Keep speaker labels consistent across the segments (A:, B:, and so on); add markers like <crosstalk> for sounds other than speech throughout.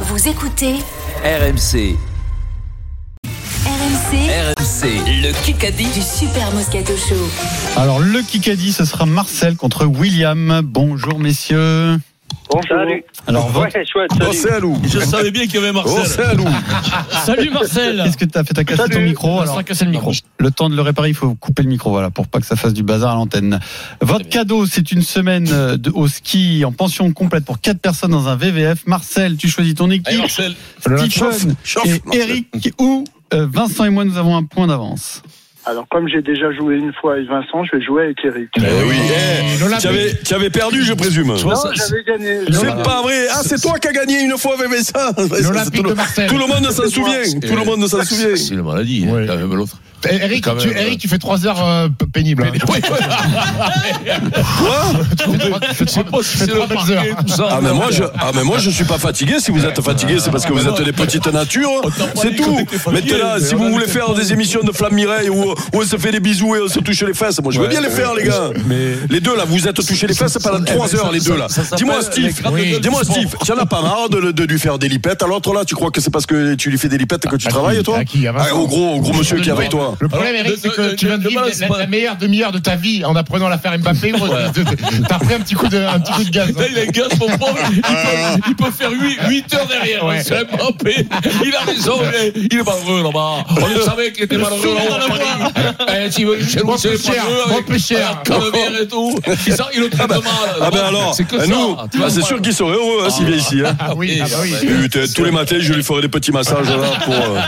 A: Vous écoutez
B: RMC,
A: RMC,
B: RMC, le Kikadi
A: du Super Moscato Show.
C: Alors le Kikadi, ce sera Marcel contre William. Bonjour messieurs.
D: Bonjour. Salut.
C: Alors
D: Ouais,
C: votre-
D: chouette,
E: Oh,
D: salut.
E: c'est à loup.
F: Je savais bien qu'il y avait
E: Oh,
F: Marcel.
E: c'est à loup.
G: <laughs> Salut Marcel
C: qu'est-ce que t'as fait T'as cassé
D: Salut.
C: ton micro
G: On
C: alors
G: sera cassé le micro.
C: Le temps de le réparer, il faut couper le micro, voilà, pour pas que ça fasse du bazar à l'antenne. Votre cadeau, c'est une semaine euh, de, au ski en pension complète pour quatre personnes dans un VVF. Marcel, tu choisis ton
F: Allez,
C: équipe,
F: Marcel.
C: Stephen
E: Chauffe,
C: et
E: Marcel.
C: Eric ou euh, Vincent et moi, nous avons un point
F: <laughs>
C: d'avance.
D: Alors, comme j'ai déjà joué une fois avec Vincent, je vais jouer avec Eric.
E: Eh oui. eh, tu, avais, tu avais perdu, je présume.
D: Non,
F: ça-
D: j'avais gagné.
E: C'est pas vrai. Ah, c'est toi qui as gagné une fois avec ça.
G: L'Olympique
E: Tout
G: de
E: le,
G: Marseille.
E: tout le monde s'en souvient. Tout le monde s'en souvient.
F: C'est la maladie. hein, quand même, l'autre.
G: Eh, Eric,
F: Quand
G: tu,
F: même,
G: Eric, tu fais 3 heures euh, p- pénibles. hein.
E: Quoi
G: Tu fais trois- tu fais trois-
F: Oh,
G: tu fais trois belles heures.
F: <laughs>
E: ah mais, moi, je, ah, mais moi, je suis pas fatigué. Si vous êtes fatigué, c'est parce
G: Ah,
E: que vous êtes des petites natures. C'est tout. Maintenant, si vous voulez faire des émissions de Flamme Mireille où, où on se fait des bisous et on se touche les fesses, moi, je veux bien les faire, les gars. Les deux, là, vous êtes touchés les fesses pendant 3 heures, les deux, là. Dis-moi, Steve,
G: gueules
E: dis-moi, Steve, tu en as pas marre de, de lui faire des lipettes. À l'autre, là, tu crois que c'est parce que tu lui fais des lipettes que tu
G: À qui
E: travailles, toi
G: À qui À Vincent
E: Ah, Au gros, au gros monsieur qui est avec toi.
G: Le problème,
F: Alors,
G: Eric, c'est
F: de-
G: que
F: de-
G: tu viens de
F: de
G: vivre
F: base,
G: la,
F: pas-
G: la meilleure demi-heure de ta vie en apprenant l'affaire Mbappé. gros. <laughs> T'as repris un petit coup de, un petit coup de gaz. hein.
F: <laughs> Là, il a un gaz pour pauvre. Il peut, il peut faire 8, heures derrière.
G: Ah. Ouais.
F: C'est Mbappé. Il a raison. mais Il est malheureux là-bas. On le savait qu'il était malheureux là-bas. Eh, S'il veut chez nous,
G: Moins
F: c'est Ah,
G: plus cher,
F: malheureux.
G: moins plus cher. bah,
F: Avec Calvert et tout. Il, sent- il le traite de mal.
E: Ah ben alors,
F: C'est que ça.
E: nous,
F: Tu
E: ah,
F: vois,
E: c'est sûr qu'il serait heureux hein, s'il vient ici.
G: <laughs>
E: hein.
G: hein, Ah oui, ah bah oui.
E: Putain, tous les matins, je lui ferai des petits massages là pour. euh,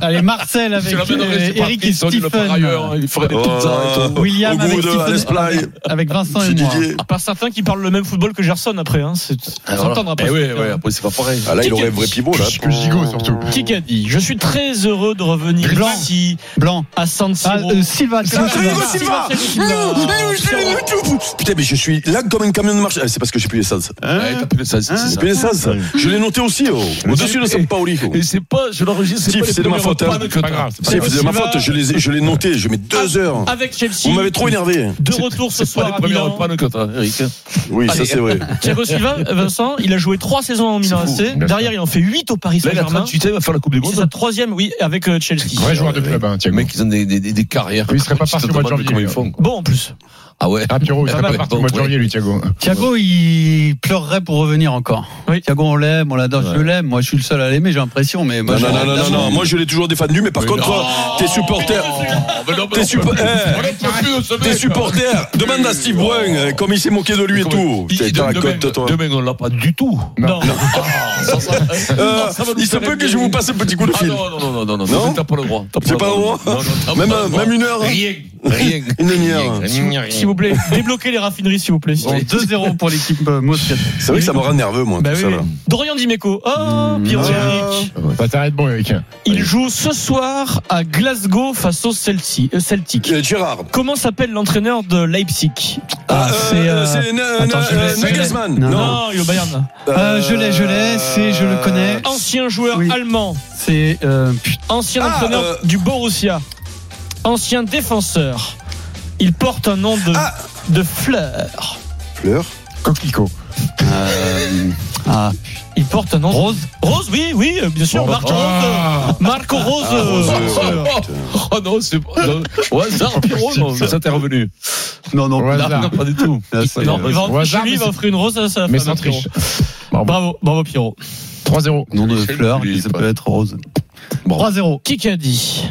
C: Allez, Marcel avec
F: Tu l'amènerais,
C: euh,
F: c'est
C: Eric
F: parti,
C: et
F: Tony le par ailleurs, hein,
C: Stephen.
F: Il ferait des
E: Oh.
F: pizzas et tout.
C: William
E: Au
C: avec,
E: goût de Alex
C: Stephen,
E: Bly.
C: avec, avec Vincent
E: C'est
C: et moi.
E: Didier.
H: Par certains qui parlent le même football que Gerson après. Hein. C'est faut s'entendre après.
F: Eh oui, oui, après, c'est pas pareil.
E: Ah là, il aurait un vrai pivot là.
G: Plus que gigot, surtout.
H: Qui qu'a dit Je suis très heureux de revenir
C: Blanc.
H: ici
C: Blanc.
H: à San
C: Ah,
H: Siro.
C: euh, Sylvain,
E: Ah,
C: Sylvain.
E: Thiago Silva
C: Ah,
E: Putain, mais je suis là comme un camion de marche. Ah, C'est parce que j'ai plus l'essence.
F: Ouais, t'as plus de ça,
G: Hein
F: c'est
E: J'ai
F: ça.
E: plus l'essence. Ah, Je l'ai noté aussi, oh. au-dessus de Sampaoli. oh.
F: Et c'est pas, je l'enregistre,
E: Steve,
F: pas les
E: c'est de ma
F: premières
E: faute, hein.
F: pannes que
G: Pas
F: t'as.
G: grave.
E: C'est c'est de ma faute, je les ai- je l'ai noté, je mets deux heures.
H: Avec Chelsea.
E: Vous m'avez trop énervé.
H: De retour ce
F: C'est pas
H: soir
F: les
H: à
F: premières
H: Milan.
F: pannes que t'as, Eric.
E: Oui, ça c'est vrai.
H: Thiago
F: <laughs>
H: Silva, Vincent, il a joué trois saisons en Milan
F: fou,
H: AC.
F: bien
H: Derrière, il en fait 8 au Paris
F: Là, il a
H: Saint-Germain.
F: 38 ans, il va faire la Coupe hein. du
H: Et
F: Monde.
H: C'est sa troisième, oui, avec euh, Chelsea.
G: Vrai joueur de club, hein,
F: Les
G: Thiago.
F: mecs, ils ont des, des, des, des carrières.
G: Oui, il serait pas
F: Tu te
G: parti au Ah, mois de
F: demandes
G: janvier,
F: Comment ils
G: lui.
F: font quoi.
H: Bon, en plus.
F: Ah ouais.
G: Ah, Pierrot, il serait
F: Ah,
G: pas
F: bah,
G: parti au mois de
F: ouais.
G: janvier, lui, Thiago.
C: Thiago, il pleurerait pour revenir encore.
H: Oui.
C: Thiago, on l'aime, on l'adore, je l'aime. Moi, je suis le seul à l'aimer, j'ai l'impression. Mais moi,
E: Non,
C: je
E: non, non,
C: l'aime
E: non, non,
C: d'amour.
E: non. Moi, je l'ai toujours défendu, mais par
F: Mais
E: contre,
F: non.
E: toi, Oh, tes supporters.
H: Ah, Oh,
F: Oh, Mais non, mais
E: Tes
F: on peut-
E: supporters.
F: on peut plus de ce mec.
E: Tes supporters, demande à Steve Brun euh, comme il s'est moqué de lui et tout.
F: Il-
E: Putain,
F: demain-
E: raconte, toi.
F: Demain, on l'a pas du tout.
H: Non.
F: Ah, ça, ça-
E: Euh,
F: Ah, ça va nous
E: Il se
F: faire
E: peut que
F: aimer.
E: je vous passe un petit coup de
F: Ah
E: fil.
F: non, non, non, non, non, non,
E: Non
F: t'as pas le droit. T'as
E: J'ai pas le droit
F: Non, non, t'as
E: Même,
F: pas le droit.
E: même une heure. hein.
F: Rien, rien.
E: Une demi-heure.
F: Rien, rien, rien.
H: S'il vous plaît, débloquez les raffineries, s'il vous plaît.
C: Bon, 2-0 pour l'équipe euh, Moscato.
E: C'est vrai que ça me rend nerveux, moi,
H: Bah
E: tout
H: oui,
E: ça,
H: oui.
E: là. Mmh. Ah.
H: Dorian Dimeco. Oh, Pierrot Eric.
G: Bah, t'arrêtes bon, Eric.
H: Il joue ce soir à Glasgow face au Celtic. euh, Celtic.
E: Euh, Gérard.
H: Comment s'appelle l'entraîneur de Leipzig
E: Ah,
H: c'est,
E: euh,
H: euh,
E: C'est Na-
H: attends,
E: Na-
H: je l'ai,
E: euh,
H: je l'ai.
E: Nagelsmann.
C: Non.
E: Non.
H: Non, il est au Bayern.
C: Euh, je l'ai, je l'ai, c'est- je le connais.
E: Euh,
H: Ancien joueur
C: Oui.
H: allemand,
C: C'est euh, putain,
H: ancien
E: Ah,
H: entraîneur
E: euh.
H: du Borussia, ancien défenseur. Il porte un nom de,
E: Ah.
H: de fleur.
E: Fleur.
G: Coquelicot.
C: euh, ah,
H: Il porte un nom Rose. Rose, oui, oui, euh, bien sûr.
G: Bon, bah,
H: Marc Rose.
G: ah.
H: Marco Rose.
E: Oh. Rose, ouais,
H: euh,
E: ouais.
F: Oh non, c'est pas. non. Au hasard, Pierrot, non, ça t'est revenu.
C: non, non,
G: Au
C: plus
G: hasard.
C: tard.
F: Non, pas du tout.
C: Là, c'est- euh,
H: Non, il va
G: Au
H: rentrer
G: hasard,
H: chez lui, il
G: mais
H: va offrir une rose à sa
G: Mais
H: femme,
G: sans
H: Pierrot.
G: triche. Bravo.
H: Bravo, bravo Pierrot.
G: 3-0.
C: Nom de
F: Michel
C: fleur,
F: Bulli,
C: ça
F: pas.
C: peut être rose.
F: Bon.
C: 3-0.
H: Qui qu'a dit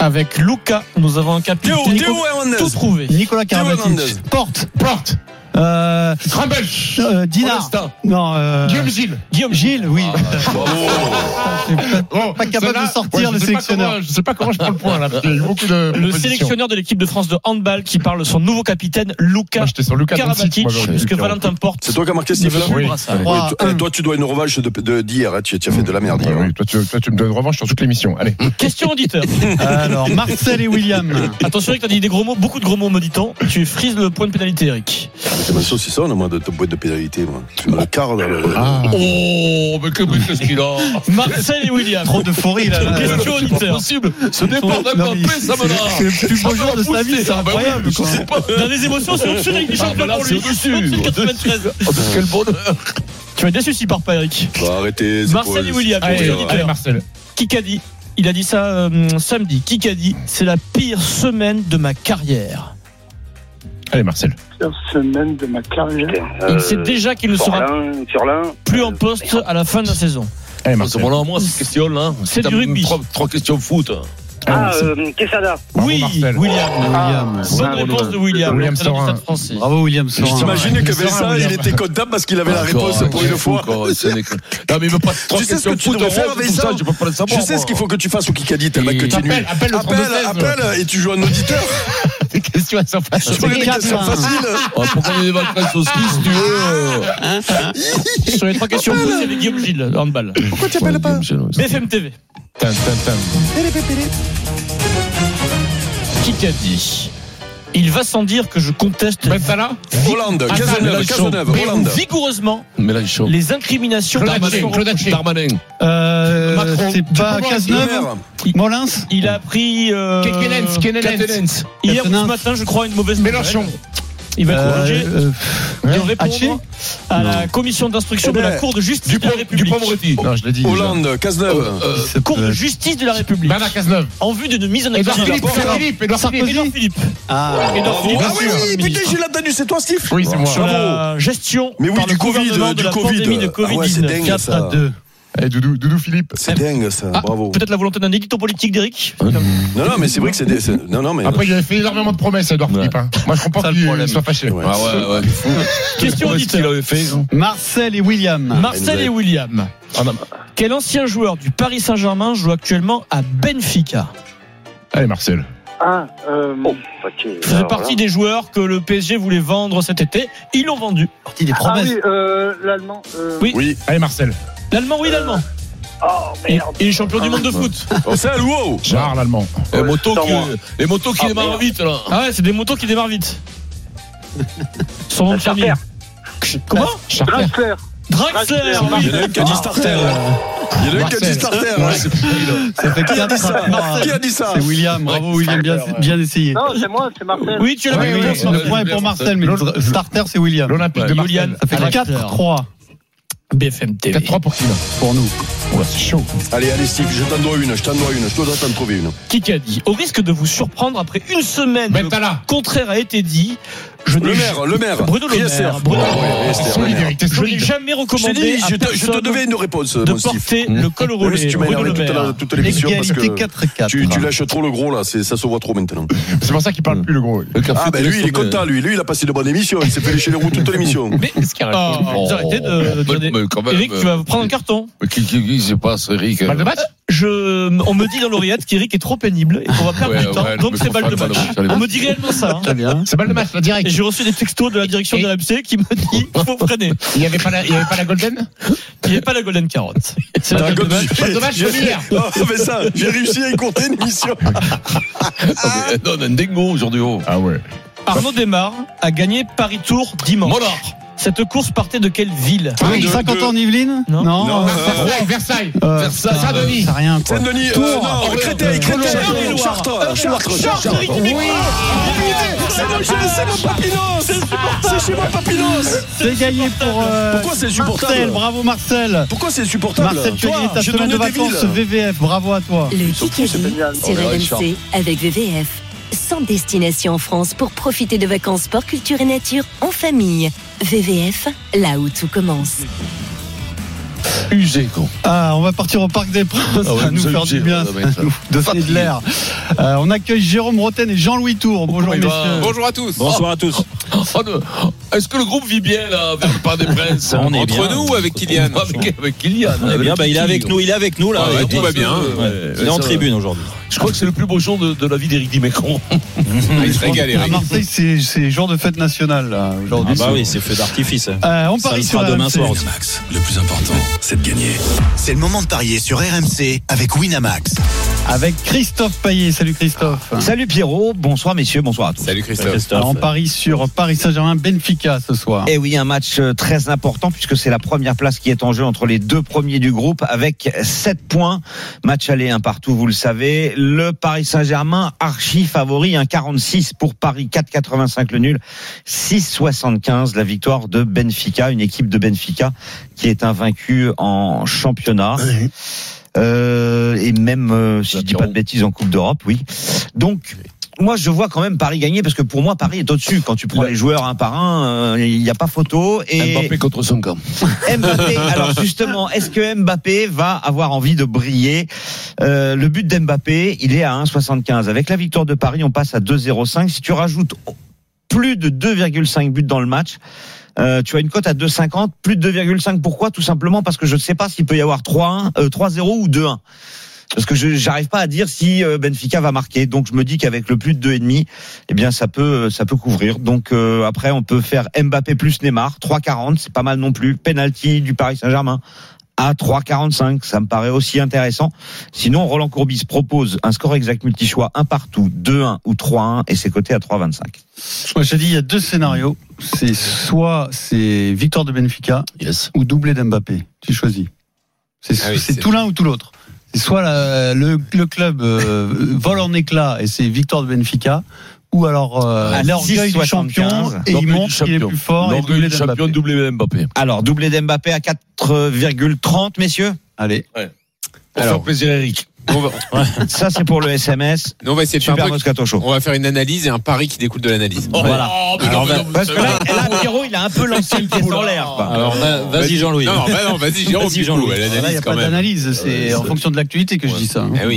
H: Avec Luca, nous avons un capitaine.
E: Théo, Théo Hernandez.
H: Tout prouvé.
C: Nicolas
E: Hernandez.
C: Karabatic. Porte.
G: Porte.
C: Euh,
G: Crumble.
C: euh, Dinard.
F: Onesta.
C: Non, euh,
G: Guillaume Gilles.
H: Guillaume
C: Gilles, oui.
E: Ah, Bravo.
C: C'est pas-
G: Oh,
C: Pas capable
G: celle-là,
C: de sortir,
G: je
C: le
G: sais pas
C: sélectionneur.
G: comment- Je sais pas comment je prends le point là. parce qu'il y a eu beaucoup de.
H: Le
G: propositions.
H: sélectionneur de l'équipe de France de handball qui parle de son nouveau capitaine, Luca
G: Moi, j'étais sur Lucas Doncic,
H: Karabatic,
G: moi, j'aurais dit
H: puisque
G: Pierrot.
H: Valentin Porte.
E: C'est toi qui as marqué, Steve, là
G: Oui.
H: brassard.
G: Ouais.
E: Oui,
C: 3,
E: toi- eh, Toi, tu dois une revanche de- de- d'hier. hein, Tu tu as fait de la merde.
G: Ah
E: hier.
G: oui, toi, tu, toi, tu me donnes revanche sur toute l'émission. Allez.
H: Question <laughs> auditeur.
C: Alors, Marcel et William.
H: Attention, Eric, t'as dit des gros mots, beaucoup de gros mots, me dit-on. Tu frises le point de pénalité, Eric.
E: C'est ma saucissonne, moi, de ta boîte de pénalité, moi. Tu me le carres, là, le-
G: Ah.
C: Ah.
F: Oh, mais que- mais qu'est-ce qu'il a
H: <laughs> Marcel et William.
C: Trop d'euphorie là. là.
H: Question
F: C'est pas
H: auditeur.
F: possible. Ce départ d'un
C: Non, mais
F: Mbappé, ça me
C: C'est
F: l'a.
C: le plus beau
F: Ça
C: jour
F: m'a
C: de sa
F: poussé.
C: vie, c'est
F: Ah, bah oui,
C: incroyable. quoi.
F: C'est pas.
H: Dans les émotions, c'est au-dessus de l'équipe des
F: Ah, bah
H: champions
F: là,
H: pour
F: c'est
H: lui.
F: au-dessus.
H: Au-dessus de 93.
F: Oh, quel bonheur.
H: Tu m'as déçu s'il part pas, Eric.
E: Bah, arrêtez. c'est pour-
H: Marcel et William,
E: c'est pour-
H: les
G: Allez,
H: auditeurs.
G: allez, Marcel.
H: Kikadi. Il a dit ça euh, samedi. Kikadi, c'est la pire semaine de ma carrière.
G: Allez, Marcel.
D: Première semaine de ma carrière. Euh,
H: Il sait déjà qu'il ne sera
I: Sur l'un.
H: plus en poste à la fin de la saison.
G: Allez,
F: C'est
G: Marcel.
F: bon, là, moi, cette question, là.
H: C'est
F: t'as
H: du rugby.
F: Trois, trois questions foot.
G: Allez,
I: Ah,
G: Marcel.
I: euh, Quesada.
G: Bravo,
H: oui,
G: Marcel.
H: William.
C: William.
H: Ah, Bonne réponse de William.
G: William
H: président du
G: Sorin.
H: Stade français.
C: Bravo William
E: Je
C: Sorin.
E: t'imagine que
G: Sarah
E: Vincent,
G: William.
E: il était content parce qu'il avait la réponse pour une fois.
F: Non, mais il me pas trois
E: Tu sais ce
F: questions
E: que tu
F: foot,
E: devrais faire,
F: rose, tout
E: Vincent
F: ça, je peux pas le savoir.
E: Je sais ce qu'il faut que tu fasses au Kikadi tellement
F: Et-
E: que tu es nul.
G: Appelle, appelle le
E: Appelle,
G: 32
E: appelle, et tu joues un auditeur.
G: Tes questions, elles sont faciles.
E: Tu connais des questions faciles.
F: Oh, Pourquoi on est des vacances au ski, si tu veux
H: Sur les trois questions, vous avez Guillaume Gilles, le handball.
E: Pourquoi tu appelles pas
H: BFM TV.
G: Tin, tin, tin.
H: Kikadi. Il va sans dire que je conteste
G: Ben Salah
E: Hollande,
G: Attends,
E: Cazeneuve,
G: mais là,
E: Cazeneuve,
G: ils sont
E: Hollande.
H: vigoureusement
F: Mélenchon.
H: les incriminations
G: Claude Haché,
H: d'Armanin.
G: Claude Haché.
F: Darmanin.
C: Euh,
G: Macron.
C: c'est
G: Tu
C: pas
G: peux voir,
E: Le
C: Cazeneuve,
E: maire.
C: Molins,
H: Il a pris euh,
G: Kekelens, Kekelens.
F: Catenens.
H: hier ou ce
C: Catenins.
H: matin, je crois, une mauvaise nouvelle.
G: Mélenchon.
H: Il va être
C: euh,
H: obligé
C: euh,
H: de
G: Ouais.
C: Haché
H: répondre à la commission d'instruction
E: Hein Eh
H: de la
E: ben,
H: Cour de justice de la République.
F: Dupont-Moretti.
G: Non, je l'ai dit.
E: Hollande, Cazeneuve.
C: c'est-
H: Cour de
C: euh,
H: justice de la République.
G: Bernard Cazeneuve.
H: En vue d'une
E: Eh
H: mise en
E: ben,
G: Edouard
H: accusation.
G: Philippe. Edouard Philippe. Edouard Philippe.
H: Édouard Philippe.
C: Ah,
H: Édouard
E: Bravo.
H: Philippe.
E: Ah oui, oui, putain, j'ai l'attendu, c'est toi, Steve
G: Oui, c'est moi.
H: Sur la gestion
E: Mais oui,
H: par
E: du
H: le
E: Covid, du
H: gouvernement de la
E: Covid.
H: pandémie de
E: Ah ouais, c'est
H: Covid-19.
E: dingue,
C: 4
E: ça.
C: à 2.
G: Eh, Doudou, Doudou Philippe.
E: C'est dingue ça,
H: Ah,
E: bravo.
H: euh, Peut-être la volonté d'un édito politique d'Eric
E: Non, non, mais c'est vrai que c'est. des- c'est- Non, non, mais.
G: Après, il avait fait énormément de promesses, Edouard Philippe. hein. Moi, je comprends
H: Ça, le
G: qu'il
H: problème.
G: soit fâché.
E: Ouais.
F: Ah ouais, ouais.
H: Question
F: Qu'est-ce qu'il
H: auditeur.
F: avait fait
C: Marcel et
H: Ah
C: William.
H: Marcel et William.
E: Ah bah.
H: Quel ancien joueur du Paris Saint-Germain joue actuellement à Benfica
G: Allez, Marcel.
D: Ah, euh,
I: Oh, ok.
H: Ça fait partie des joueurs que le PSG voulait vendre cet été. Ils l'ont vendu.
C: Parti des
D: ah
C: promesses.
D: oui, euh, l'allemand. euh,
H: Oui.
E: Oui.
G: Allez, Marcel.
H: L'Allemand, oui, l'Allemand.
I: Oh,
H: Et
I: merde.
H: il est champion du monde de foot.
E: Oh, ça, wow
G: Gérard, l'allemand.
F: Les motos
I: Sans
F: qui,
I: moi.
F: les motos qui
I: Ah,
F: démarrent
I: merde.
F: vite, là.
H: Ah ouais, c'est des motos qui démarrent vite. Son nom de famille. Comment
G: Charter.
D: Draxler.
H: Draxler,
E: Il y
H: oui.
E: en a un qui a dit starter. Il y en a un qui a dit starter. C'est pire.
C: Ça fait 4 à 3.
E: Qui a dit
C: hein.
E: ça
C: C'est William, bravo William, bien, bien essayé.
D: Non, c'est moi, c'est Marcel.
H: Ah Oui, tu l'as
G: Ouais,
H: vu.
G: ouais,
C: le point est pour Marcel, mais le dr- starter c'est William.
G: L'Olympique de Marseille.
C: Ça fait 4-3
H: BFM TV.
G: 4-3 pour qui, là
C: pour nous.
G: Ouais, c'est chaud.
E: Allez, allez, Steve, je t'en dois une, je t'en dois une, je dois t'en trouver une.
H: Qui a dit Au risque de vous surprendre, après une semaine, le
G: Bentala.
H: contraire a été dit. Je
E: Le
H: n'ai-
E: maire, le maire.
H: Bruno Le
E: Riester.
H: Maire, Bruno
E: Ah ouais,
H: Le Maire.
E: Riester, le
G: Solide,
E: maire.
G: Eric. T'es
H: Je n'ai
G: solide.
H: jamais
E: Je t'ai
H: recommandé
E: dit,
H: à
E: je te, je te
H: personne
E: devais une réponse,
H: de
E: mon Steve.
H: porter le col
E: Oui, si
H: roulé.
E: Mmh. tu
H: Bruno
E: m'énerves
H: Le
E: toute,
H: Maire.
E: la- toute l'émission parce que
C: Égalité 4-4.
E: tu, tu lâches trop le gros là, c'est- ça se voit trop maintenant.
G: C'est pour ça qu'il parle plus, le gros.
E: Ah ben lui il est content lui, lui il a passé de bonnes émissions, il s'est fait lécher les roues toute l'émission.
H: Mais
E: Ah,
H: Oh, vous arrêtez de. de-
F: Mais, mais quand même.
H: Eric, tu
E: euh,
H: vas prendre un carton.
F: Mais qu'est- qu'est- qu'est-ce qui se passe, Eric euh,
G: Mal de match
H: Je, on me dit dans l'oreillette qu'Eric est trop pénible et qu'on va perdre
F: Ouais,
H: du temps,
F: ouais,
H: donc
F: mais
H: c'est
F: faut
H: balle de
F: faire balle
H: match.
F: de match, allez,
H: On
F: vas-y.
H: me dit réellement ça. hein.
C: <laughs> Très bien.
G: C'est mal de match, là, direct.
H: Et j'ai reçu des textos de la direction de l'AMC qui me dit il faut freiner.
G: Il n'y avait, pas la- il y avait pas la Golden
H: Il n'y a pas la golden carotte. C'est
E: Ah,
H: la
E: comme-
H: golden match.
E: <laughs> j'ai-
G: dommage,
E: j'ai-
G: je peux lire.
E: Non, Ah, mais ça, j'ai réussi à écourter une émission.
F: Ah, mais, non, on a un dingo aujourd'hui. oh.
G: Ah ouais.
H: Arnaud Desmar a gagné Paris Tour dimanche.
F: Monard.
H: Cette course partait de quelle ville
G: Paris,
E: Deux,
C: 50
E: deux.
C: ans en Yvelines
H: Non.
E: Non,
C: euh,
E: euh,
G: Versailles, Versailles.
C: euh,
F: Versailles.
G: Saint-Denis.
C: C'est rien quoi.
E: Saint-Denis, euh, non, Créteil, Créteil,
H: Loire.
E: Chartres, Chartres, Chartres.
H: Eric Dimeco.
E: C'est mon- c'est mon papinos C'est chez moi papinos
C: C'est gagné pour euh,
E: Pourquoi c'est insupportable
C: Marcel, bravo Marcel.
E: Pourquoi c'est insupportable
C: Marcel, tu as gagné ta
E: J'ai
C: semaine de
E: donné des
C: vacances
E: villes.
C: VVF, bravo à toi.
A: Le
E: sont fous, c'est
A: Kikadi
E: génial. On
A: sur
E: verra
A: RMC avec VVF. Sans destination en France pour profiter de vacances sport, culture et nature en famille. VVF, là où tout commence.
F: Usé, con.
C: Ah, on va partir au Parc des Princes,
F: Ah ouais,
C: ça va nous
F: vous
C: faire
F: avez
C: du
F: dit,
C: bien,
F: ouais, ouais,
C: ça nous donner de
F: Fatigué.
C: l'air. Euh, on accueille Jérôme Roten et Jean-Louis Tour. Bonjour
F: il va
C: messieurs.
J: Bonjour à tous.
F: Bonsoir à tous. Est-ce que le groupe vit bien là, vers le Parc des Princes
J: On est
F: Entre
J: bien.
F: nous ou avec Kylian avec, avec Kylian.
J: Eh
E: bah,
J: bah, il est avec nous, il est avec nous là.
E: Ah,
F: Ouais, ouais,
J: tout
F: ouais,
J: va
F: c'est-
J: bien.
F: ouais, ouais,
J: il est en
F: ça-
J: tribune aujourd'hui.
F: Je crois que c'est le plus beau jour de, de la vie d'Éric Dimécon.
J: Il se régale,
C: À
J: Eric.
C: Marseille, c'est c'est jour de fête nationale là,
J: Ah
C: aujourd'hui.
J: bah oui, c'est feu d'artifice.
C: Euh, on
J: Ça
C: parie
J: le
C: sur
J: sera
C: la
J: demain
C: RMC.
J: soir.
K: C'est le moment de parier sur RMC avec Winamax.
C: avec Christophe Payet. Salut Christophe.
H: Salut Pierrot, bonsoir messieurs, bonsoir à tous. Salut Christophe.
C: Alors, on parie sur Paris Saint-Germain Benfica ce soir.
H: Et oui, un match euh, très important puisque c'est la première place qui est en jeu entre les deux premiers du groupe avec 7 points. Match aller un partout, vous le savez. Le Paris Saint-Germain archi favori, 1,46 pour Paris, 4,85 le nul, 6,75 la victoire de Benfica, une équipe de Benfica qui est invaincue en championnat. Euh, et même, euh, si je dis pas de bêtises, en Coupe d'Europe, oui. Donc, moi, je vois quand même Paris gagner parce que pour moi, Paris est au-dessus. Quand tu prends les joueurs un par un, euh, il n'y a pas photo. Et
E: Mbappé contre son camp.
H: Mbappé, alors justement, est-ce que Mbappé va avoir envie de briller Euh, Le but d'Mbappé, il est à 1,75. Avec la victoire de Paris, on passe à 2,05. Si tu rajoutes plus de 2,5 buts dans le match, euh, tu as une cote à 2,50, plus de 2,5. Pourquoi Tout simplement parce que je ne sais pas s'il peut y avoir 3-1, euh, 3-0 ou 2-1. Parce que je j'arrive pas à dire si euh, Benfica va marquer. Donc je me dis qu'avec le plus de 2,5, eh bien ça peut ça peut couvrir. Donc euh, après on peut faire Mbappé plus Neymar 3,40, c'est pas mal non plus. Penalty du Paris Saint-Germain à 3,45, ça me paraît aussi intéressant. Sinon Roland Courbis propose un score exact multi-choix un partout, 2-1 ou 3-1 et c'est coté à 3,25.
C: Moi, je te dis, il y a deux scénarios. C'est soit c'est victoire de Benfica
L: Yes.
C: ou doublé d'Mbappé. Tu choisis. C'est
L: Ah oui,
C: c'est
L: c'est-
C: tout l'un ou tout l'autre. C'est soit la- le, le club euh, vole en éclats et c'est victoire de Benfica, ou alors euh,
H: À
C: l'orgueil du
H: 6,75,
C: champion et il montre qu'il est plus fort et doublé
E: L'orgueil du champion,
C: d'Mbappé.
E: doublé Mbappé.
H: Alors doublé d'Mbappé à 4,30 messieurs.
C: Allez,
E: Pour faire plaisir à Eric.
F: On va,
H: Ça c'est pour le SMS.
F: nous, on va essayer de faire
H: Super
F: un truc.
H: Moscato Show.
F: On va faire une analyse et un pari qui découle de l'analyse.
H: Voilà. bah,
E: Oh, mais non,
F: Alors,
E: mais non, mais
H: Parce que
E: ça
H: là,
E: va.
H: là, Pierrot, il a un peu
E: <laughs>
H: lancé le pied en l'air. quoi.
F: Alors, va-
H: vas-y, Jean-Louis.
F: Non, non, bah non, vas-y Jérôme.
H: Vas-y,
F: du coup,
H: Jean-Louis.
F: ouais,
C: Là, il n'y
F: L'analyse
C: a pas
F: quand même.
C: d'analyse. C'est en fonction de l'actualité que je dis ça. hein.
F: Eh oui.